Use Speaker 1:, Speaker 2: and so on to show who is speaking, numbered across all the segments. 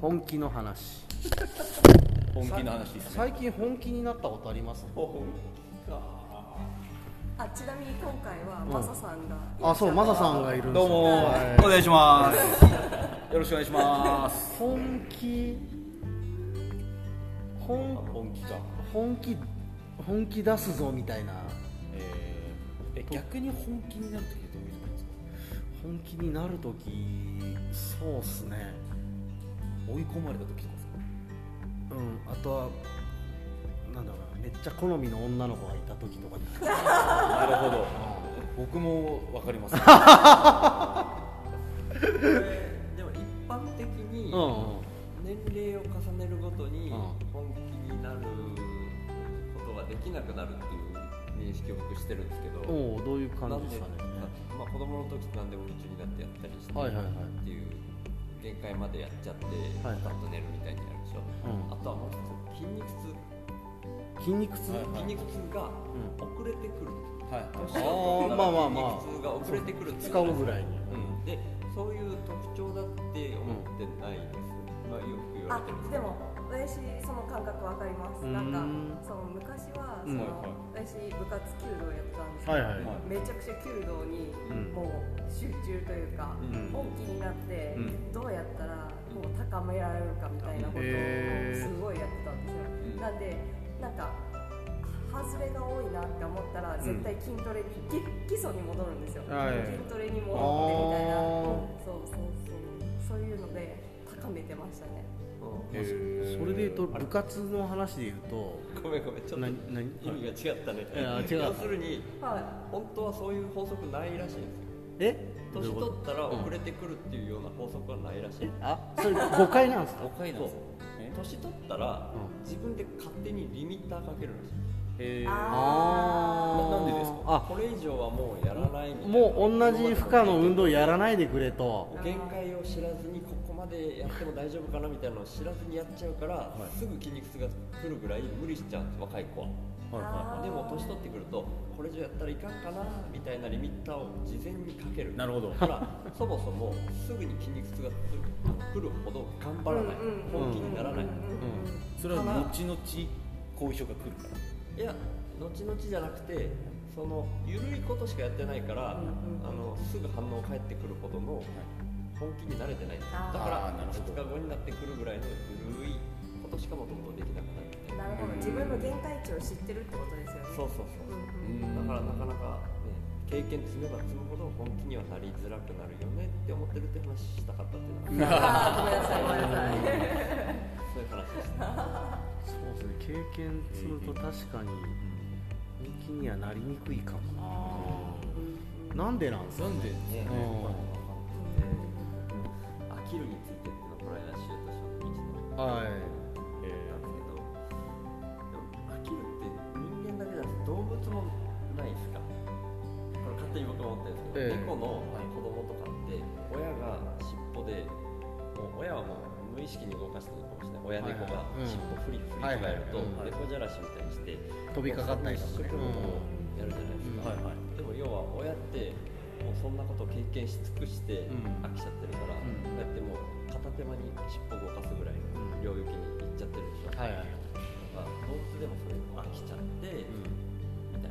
Speaker 1: 本気の話
Speaker 2: 本気の話ですね
Speaker 1: 最近本気になったことあります
Speaker 2: 本気か
Speaker 3: あちなみに今回はマサさんが、
Speaker 1: あそうマサさんがいるんです
Speaker 2: どう
Speaker 1: よ
Speaker 2: も
Speaker 1: はい
Speaker 2: お願いしますよろしくお願いします
Speaker 1: 本気本
Speaker 2: 本気か
Speaker 1: 本気本気出すぞみたいな
Speaker 2: えーえ逆に本気になる時ってどういう時なんですか
Speaker 1: 本気になるときそうっすね
Speaker 2: 追い込まれた時とかですか
Speaker 1: うんあとはなんだろうなめっちゃ好みの女の子がいたときとかに
Speaker 2: なるほど僕もわかります
Speaker 4: これでも一般的に
Speaker 1: うんうん
Speaker 4: 年齢を重ねるごとに
Speaker 1: うん
Speaker 4: 本気になることができなくなるっていう認識を僕してるんですけど、
Speaker 1: おうどういう
Speaker 4: な
Speaker 1: 感
Speaker 4: ん
Speaker 1: じで
Speaker 4: ですか
Speaker 1: かね
Speaker 4: まあ、子供の時って何でも夢中になってやったりして
Speaker 1: はいはいはい
Speaker 4: っていう限界までやっちゃってパ
Speaker 1: はい
Speaker 4: ッと寝るみたいになるでしょ、
Speaker 1: うん
Speaker 4: あとはもう一つ筋肉
Speaker 1: 筋肉
Speaker 4: 痛
Speaker 1: 痛、
Speaker 2: はい
Speaker 4: 筋肉痛が遅れてくる、
Speaker 2: はいはい
Speaker 4: 年を取っ
Speaker 1: あ
Speaker 4: た
Speaker 1: ーまあまあまあ
Speaker 4: 筋肉痛が遅れてくるっていう
Speaker 1: 使うぐらいに、
Speaker 4: うん、でそういう特徴だって思ってないです、まあ、よく言
Speaker 3: あ
Speaker 4: われてるん
Speaker 3: で
Speaker 4: ですけど
Speaker 3: も私その感覚わかります
Speaker 1: うーん
Speaker 3: なんかその昔はそ
Speaker 1: うん
Speaker 3: の
Speaker 2: はい
Speaker 3: 私部活弓道やってたんですけど、
Speaker 1: はいはい、
Speaker 2: はい
Speaker 3: めちゃくちゃ弓道に
Speaker 1: うん
Speaker 3: もう集中というか、
Speaker 1: ん
Speaker 3: 本気になって、
Speaker 1: うん
Speaker 3: どうやったらこう高められるかみたいなことを
Speaker 1: へー
Speaker 3: すごいやってたんですよ、
Speaker 4: うん
Speaker 3: なんでなんか外れが多いなって思ったら
Speaker 1: ん
Speaker 3: 絶対筋トレに、基基礎に戻るんですよ、
Speaker 1: はい
Speaker 3: 筋トレに戻ってみたいな
Speaker 1: あ
Speaker 3: そうそうそうそういうので高めてましたね
Speaker 4: う
Speaker 2: へー
Speaker 1: それでいうと部活の話でいうと
Speaker 4: んごめんごめんちょっと
Speaker 1: 何何
Speaker 4: 意味が違ったね
Speaker 1: いや違う
Speaker 4: 要するに
Speaker 3: は
Speaker 4: 本当はそういう法則ないらしいんですよ
Speaker 1: え
Speaker 4: 年取ったら遅れ
Speaker 1: て、
Speaker 4: てくるっていうような法則はないらしい、
Speaker 1: うんあそれ誤解なん ですか
Speaker 2: 誤解なん
Speaker 4: そう
Speaker 2: ですね
Speaker 4: 年取ったら
Speaker 1: うん
Speaker 4: 自分で勝手にリミッターかけるらしい
Speaker 2: えー
Speaker 3: い、
Speaker 1: あ
Speaker 2: ななんでですか
Speaker 1: あ
Speaker 4: これ以上はもうやらないみたいな
Speaker 1: もう同じ負荷の運動やらないでくれと
Speaker 4: 限界を知らずにここまでやっても大丈夫かなみたいなのを知らずにやっちゃうから、すぐ筋肉痛が来るぐらい無理しちゃうんです若い子は
Speaker 3: あー
Speaker 4: でも年取ってくるとこれ以上やったらいかんかなみたいなリミッターを事前にかける
Speaker 2: なるほど
Speaker 4: だからそもそもすぐに筋肉痛が来るほど頑張らない、
Speaker 3: うんうん
Speaker 4: 本気にならない、
Speaker 2: それは後々後遺症が来るから
Speaker 4: いや後々じゃなくてその緩いことしかやってないから、あのすぐ反応返ってくるほどの本気に慣れてないだ
Speaker 3: あー
Speaker 4: か
Speaker 2: あーな
Speaker 4: ら
Speaker 2: るほど
Speaker 4: 2日後になってくるぐらいの緩いことしかもともとできなくなるみたいな
Speaker 3: なるほど自分の限界値を知ってるってことですよね
Speaker 4: そうそう
Speaker 3: うん
Speaker 4: そうう、
Speaker 3: ん
Speaker 4: だからなかなか、ね、経験積めば積むほど本気にはなりづらくなるよねって思ってるって話したかったっていうのが
Speaker 3: あーごめんなさいごめんなさい
Speaker 4: そういう話でした
Speaker 1: そうですね経験すると確かに人気にはなりにくいかもななんでなんですか
Speaker 2: なんで
Speaker 4: ね
Speaker 1: うん
Speaker 4: まあまあ飽きるについてっていうのをこの間シュートショート道の
Speaker 1: は
Speaker 4: なんですけど、でも飽きるって人間だけじゃなくて動物もないですか。これ勝手に僕は思ってるんですけど、
Speaker 1: ええ
Speaker 4: 猫の子供とかって親が尻尾で、もう親はもう無意識に動かしてるのかもしれない。親猫が
Speaker 1: はいはいうん
Speaker 4: 尻尾振り振り返ると
Speaker 1: はいはいうん
Speaker 4: 猫じゃらしみたいにして
Speaker 1: 飛びかかったりと
Speaker 4: と
Speaker 1: か
Speaker 4: か
Speaker 1: ね
Speaker 4: ね。やるじゃないですか。
Speaker 2: はいはい
Speaker 4: でも要は親ってもうそんなことを経験し尽くして
Speaker 1: うん
Speaker 4: 飽きちゃってるから、
Speaker 1: うん
Speaker 4: だってもう片手間に尻尾動かすぐらいの領域に行っちゃってるでしょ、
Speaker 1: いはいはい
Speaker 4: なんか動物でもそれ飽きちゃって、みたい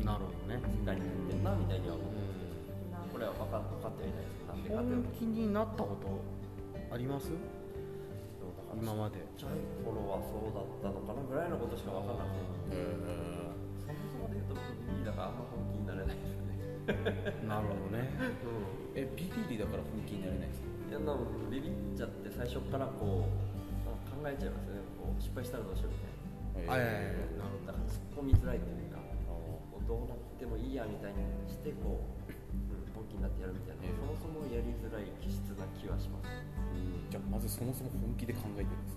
Speaker 1: うんなるほどね
Speaker 4: な何やってんなみたいには思う、
Speaker 1: う
Speaker 4: これは分か分かってはいないですなんで
Speaker 1: ん
Speaker 4: か
Speaker 1: 本
Speaker 4: っていうと
Speaker 1: 気になったことあります
Speaker 4: だから
Speaker 1: 今
Speaker 4: ちっ
Speaker 1: まで
Speaker 4: ちゃい頃はそうだったのかなぐらいのことしか分からなくてそもそもで言うと僕ビリだからあんま本気になれないですよね
Speaker 1: なるほどね
Speaker 2: えビリリだから本気になれないんですか
Speaker 4: いやでもビビっちゃって最初からこうなんか考えちゃいますよねこう失敗したらどうしようみたい
Speaker 1: あい
Speaker 4: な
Speaker 1: やいやいや
Speaker 4: なるだから突っ込みづらいというかもうどうなってもいいやみたいにしてこう、うん、本気になってやるみたいな、
Speaker 2: ええ
Speaker 4: そもそもやりづらい気質な気はします
Speaker 2: うんじゃあまずそもそも本気で考えてるんです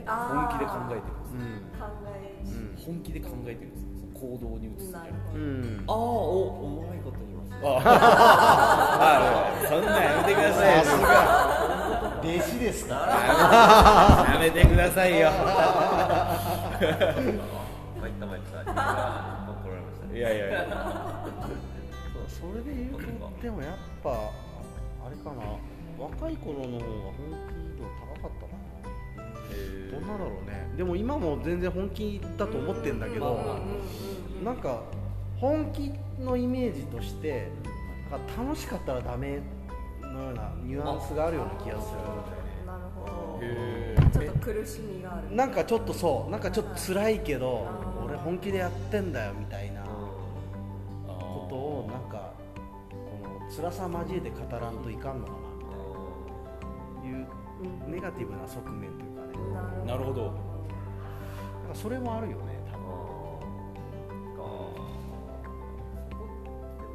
Speaker 2: ね
Speaker 4: え
Speaker 3: あ
Speaker 4: あ
Speaker 2: 本気で
Speaker 3: ー
Speaker 2: 考えてるんです
Speaker 1: うん
Speaker 2: ね
Speaker 3: 考えし
Speaker 2: 本気で考えてるんですねその行動に移すんじゃな
Speaker 3: なる
Speaker 2: くて
Speaker 3: ほ
Speaker 1: う
Speaker 3: ど、
Speaker 1: ん
Speaker 4: あーおおもろいこと言いますね
Speaker 2: あそんなんやめてくださいよ
Speaker 1: 弟子ですか
Speaker 2: やめてくださいよ
Speaker 4: 参った参った今怒られました
Speaker 2: い
Speaker 4: ね
Speaker 2: やいやいや
Speaker 1: それで言うとでもやっぱあれかな若い頃の方が本気度高かったな
Speaker 4: え
Speaker 1: どうなんだろうねでも今も全然本気だと思ってんだけ
Speaker 3: うんうん
Speaker 1: ど
Speaker 3: うんうん
Speaker 1: なんか本気のイメージとしてなんか楽しかったらダメのようなニュアンスがあるような気がするんだよね
Speaker 3: なるほ
Speaker 2: へ
Speaker 3: どちょっ
Speaker 2: え
Speaker 3: と苦しみがある
Speaker 1: なんかちょっとそうなんかちょっと辛いけど
Speaker 3: あー
Speaker 1: 俺本気でやってんだよみたいな
Speaker 2: あー
Speaker 1: ことをなんかこの辛さ交えて語らんといかんのかなみたいないうネガティブな側面というかね
Speaker 2: なるほど
Speaker 1: なんかそれもあるよね多分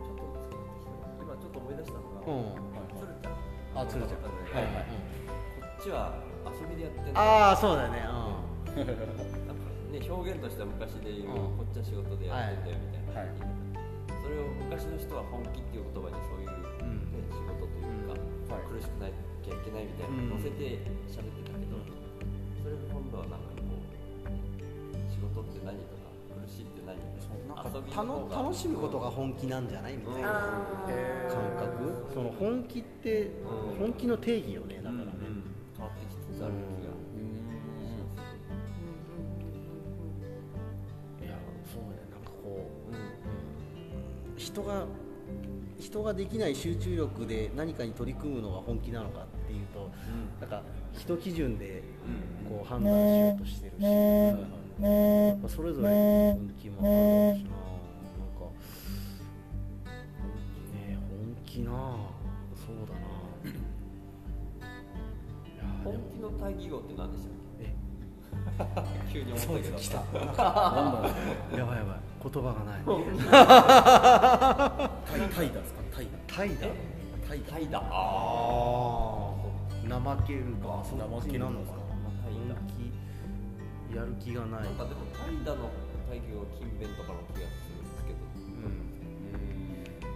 Speaker 4: 今ちょっと思い出したの
Speaker 1: う
Speaker 4: が、
Speaker 1: ん
Speaker 4: 鶴ちゃん
Speaker 1: あ鶴ちゃん
Speaker 4: はい
Speaker 2: はい
Speaker 4: こっちは遊びでやってんだ
Speaker 1: ああそうだよね
Speaker 4: なんかね表現としては昔で言う、
Speaker 1: うん
Speaker 4: こっちは仕事でやってんだよみたいな、
Speaker 2: はいはい
Speaker 4: それを昔の人は本気っていう言葉にそうい
Speaker 1: う
Speaker 4: う、
Speaker 1: ん
Speaker 4: ね仕事というか、
Speaker 2: うんはい
Speaker 4: 苦しくなきゃいけないみたいな
Speaker 1: うん
Speaker 4: の乗せて喋ってたけど、それが今度はなんかこう仕事って何とか苦しいって何
Speaker 1: うん
Speaker 4: み
Speaker 1: なん
Speaker 4: たいな遊び
Speaker 1: かたの
Speaker 4: 方
Speaker 1: 楽
Speaker 4: が
Speaker 1: しむことが本気なんじゃないみたいな
Speaker 3: あー
Speaker 1: 感覚その本気って
Speaker 4: うん
Speaker 1: 本気の定義よねだからね
Speaker 4: うんうん変わってきつつある気が
Speaker 2: うーん
Speaker 4: しますね
Speaker 3: うんうんうんうん
Speaker 1: いやそうねなんかこう
Speaker 4: うん
Speaker 1: 人が人ができない集中力で何かに取り組むのが本気なのかっていうとなんか人基準でこう判断しようとしてるし、やっぱそれぞれ本気もあるだろうしななんかねえ本気なそうだないや
Speaker 4: 本
Speaker 1: でも
Speaker 4: 気の対義語って何でしたっ
Speaker 1: え
Speaker 4: け急に思ったけど
Speaker 1: 来たやばいやばい言葉がない
Speaker 2: タイタイダーですかタイ
Speaker 1: 怠惰
Speaker 4: タイタイだあ
Speaker 1: ああ怠けるかそっ
Speaker 2: 怠
Speaker 1: ち
Speaker 2: ける
Speaker 1: な
Speaker 2: の
Speaker 1: のか
Speaker 2: か
Speaker 1: な本気やる気がない
Speaker 4: なんかでもタイだの対義語は勤勉とかの気がするんですけど
Speaker 1: うん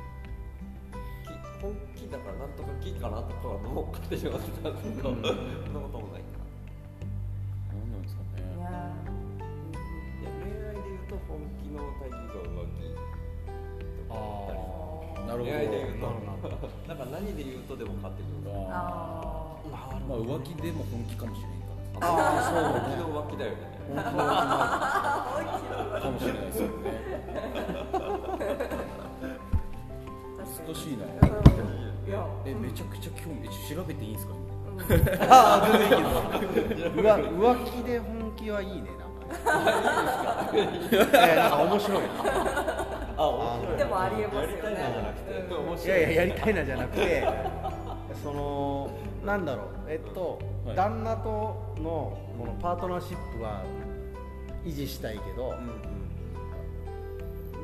Speaker 4: き本気だからなんとか気かなとかはもう勝手に忘れたんですけど、
Speaker 1: うん
Speaker 4: そんなこともないかな
Speaker 2: 何なんですか
Speaker 3: い
Speaker 2: ね
Speaker 3: や
Speaker 4: いや恋愛で言うと本気の対義語は浮気
Speaker 1: ああ
Speaker 2: なるほど
Speaker 4: 恋愛で言う
Speaker 1: なるほ
Speaker 4: となんか何で言うとでも勝ってくるんですよ
Speaker 3: ーあー
Speaker 1: なる
Speaker 2: まあ
Speaker 1: ほど
Speaker 2: 浮気でも本気かもしれんか
Speaker 1: あ
Speaker 4: 本気の浮気だよね
Speaker 1: そうだね
Speaker 2: らかもしれないですよね
Speaker 3: 確かに
Speaker 2: 難しいな
Speaker 3: うんいや
Speaker 2: えめちゃくちゃ興味え調べていいんですか
Speaker 1: ああ全然いい けどうわ浮気で本気はいいねなんかねいやなんか面白いな
Speaker 4: あ面白い
Speaker 3: でもありえますよね
Speaker 4: やりたいなじゃなくて面白い
Speaker 1: いやいややりたいなじゃなく てそのなんだろうえっと、
Speaker 2: はい
Speaker 1: 旦那とのこのパートナーシップは維持したいけど、
Speaker 4: うんうん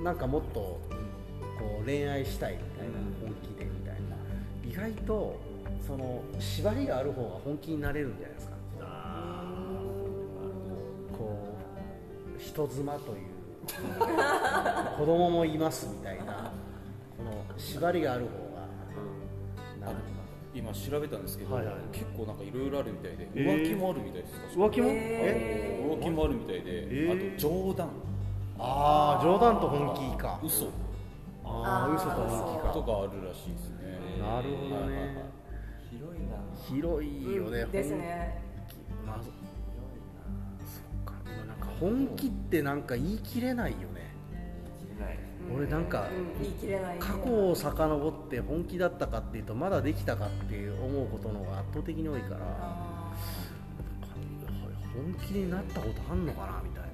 Speaker 1: なんかもっとこう恋愛したいみたいな、
Speaker 4: う
Speaker 1: 本気でみたいな意外とその縛りがある方が本気になれるんじゃないですかこう人妻という子供もいますみたいなこの縛りがある方がなる
Speaker 2: 今調べたんですけど、
Speaker 1: はいはい
Speaker 2: 結構なんかいろいろあるみたいで
Speaker 1: えー
Speaker 2: 浮気もあるみたいです、確か
Speaker 1: 浮気もえ
Speaker 3: え
Speaker 2: 浮気もあるみたいで、
Speaker 1: えー
Speaker 2: あと冗談
Speaker 1: ああ冗談と本気か
Speaker 2: 嘘と
Speaker 1: ああ嘘と本気
Speaker 2: か
Speaker 1: か
Speaker 2: あるらしいです
Speaker 4: 嘘
Speaker 2: ね
Speaker 1: なるほど
Speaker 2: はいはい
Speaker 1: ね
Speaker 2: はい
Speaker 4: 広いな
Speaker 1: 広いよね、
Speaker 3: うんですね
Speaker 1: 本気まあそそっかでもなんか本気ってなんか言い切れないよね
Speaker 4: 知れない
Speaker 3: うん
Speaker 1: 俺なんか
Speaker 3: うん言い切れない
Speaker 1: 過去を遡って本気だったかっていうとまだできたかって思うことの方が圧倒的に多いから
Speaker 3: あ
Speaker 1: 本気になったことあんのかなみたいな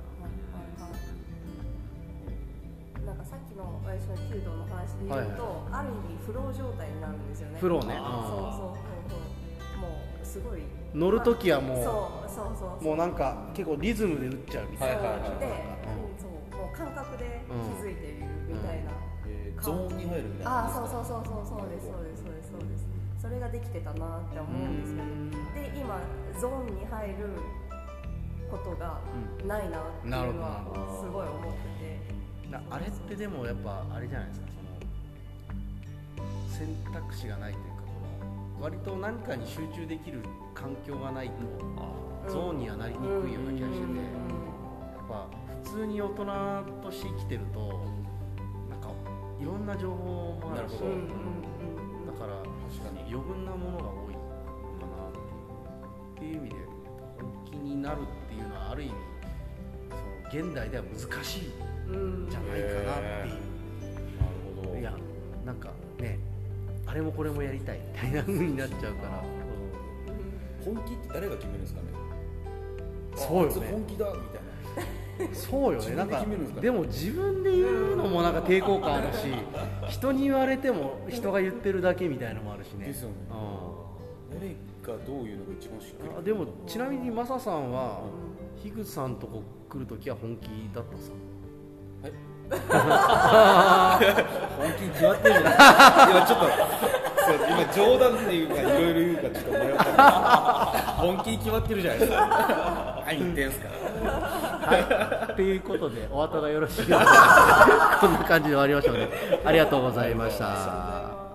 Speaker 3: ーはいはいはいなんかさっきの私の弓道の話で言うと、ある意味フロー状態になるんですよね
Speaker 1: フローね
Speaker 3: そうそうそうそうもうすごい
Speaker 1: 乗る時はもう
Speaker 3: そうそうそうそう
Speaker 1: もうなんか結構リズムで打っちゃうみ
Speaker 3: そう
Speaker 1: たい
Speaker 3: で、
Speaker 1: な、
Speaker 3: うんそうもう感覚で気づいているみたいな、
Speaker 2: えーゾーンに入るみたいな
Speaker 3: ああそうそうそうそうそうですそうですそうですそうですそれができてたなって思うんですよねで今ゾーンに入ることがないなっていう
Speaker 1: なるほど
Speaker 3: のはすごい思ってて、
Speaker 1: なあれってでもやっぱあれじゃないですかその選択肢がないというかこの割と何かに集中できる環境がないとゾーンにはなりにくいような気がしてて、
Speaker 3: うんうんうん
Speaker 1: やっぱ普通に大人として生きてるとなんかいろんな情報もあるし
Speaker 2: なるほど
Speaker 3: うんうんうん
Speaker 1: だから
Speaker 2: 確かに
Speaker 1: 余分なものが多いかなっていうっていう意味で本気になるっていうのはある意味その現代では難しいん
Speaker 3: うん
Speaker 1: じゃないかなっていう。
Speaker 2: なるほど
Speaker 1: いやなんかねあれもこれもやりたいみたいな風になっちゃうから
Speaker 2: 本気って誰が決めるんですかね
Speaker 1: そうよ
Speaker 2: あいつ本
Speaker 1: ね
Speaker 2: 気だみたいな
Speaker 1: そうよねなんか
Speaker 2: 自分で決めるんですかね
Speaker 1: でも自分で言うのもなんか抵抗感あ るし人に言われても人が言ってるだけみたいのもあるしね
Speaker 2: ですよね誰がどういうのが一番しっく
Speaker 1: うん
Speaker 2: り
Speaker 1: あでもちなみにマサさんは樋口さんとこ来るときは本気だったんですか
Speaker 2: はい。本気に決まってるじゃない。今ちょっと、そう今冗談っていうか、いろいろ言うか、ちょっと迷ったんです けど。本気に決まってるじゃないですか。はい、言ってんすか。
Speaker 1: はい、ということで、 お後がよろしいようでこんな感じで終わりましょうね。ありがとうございました。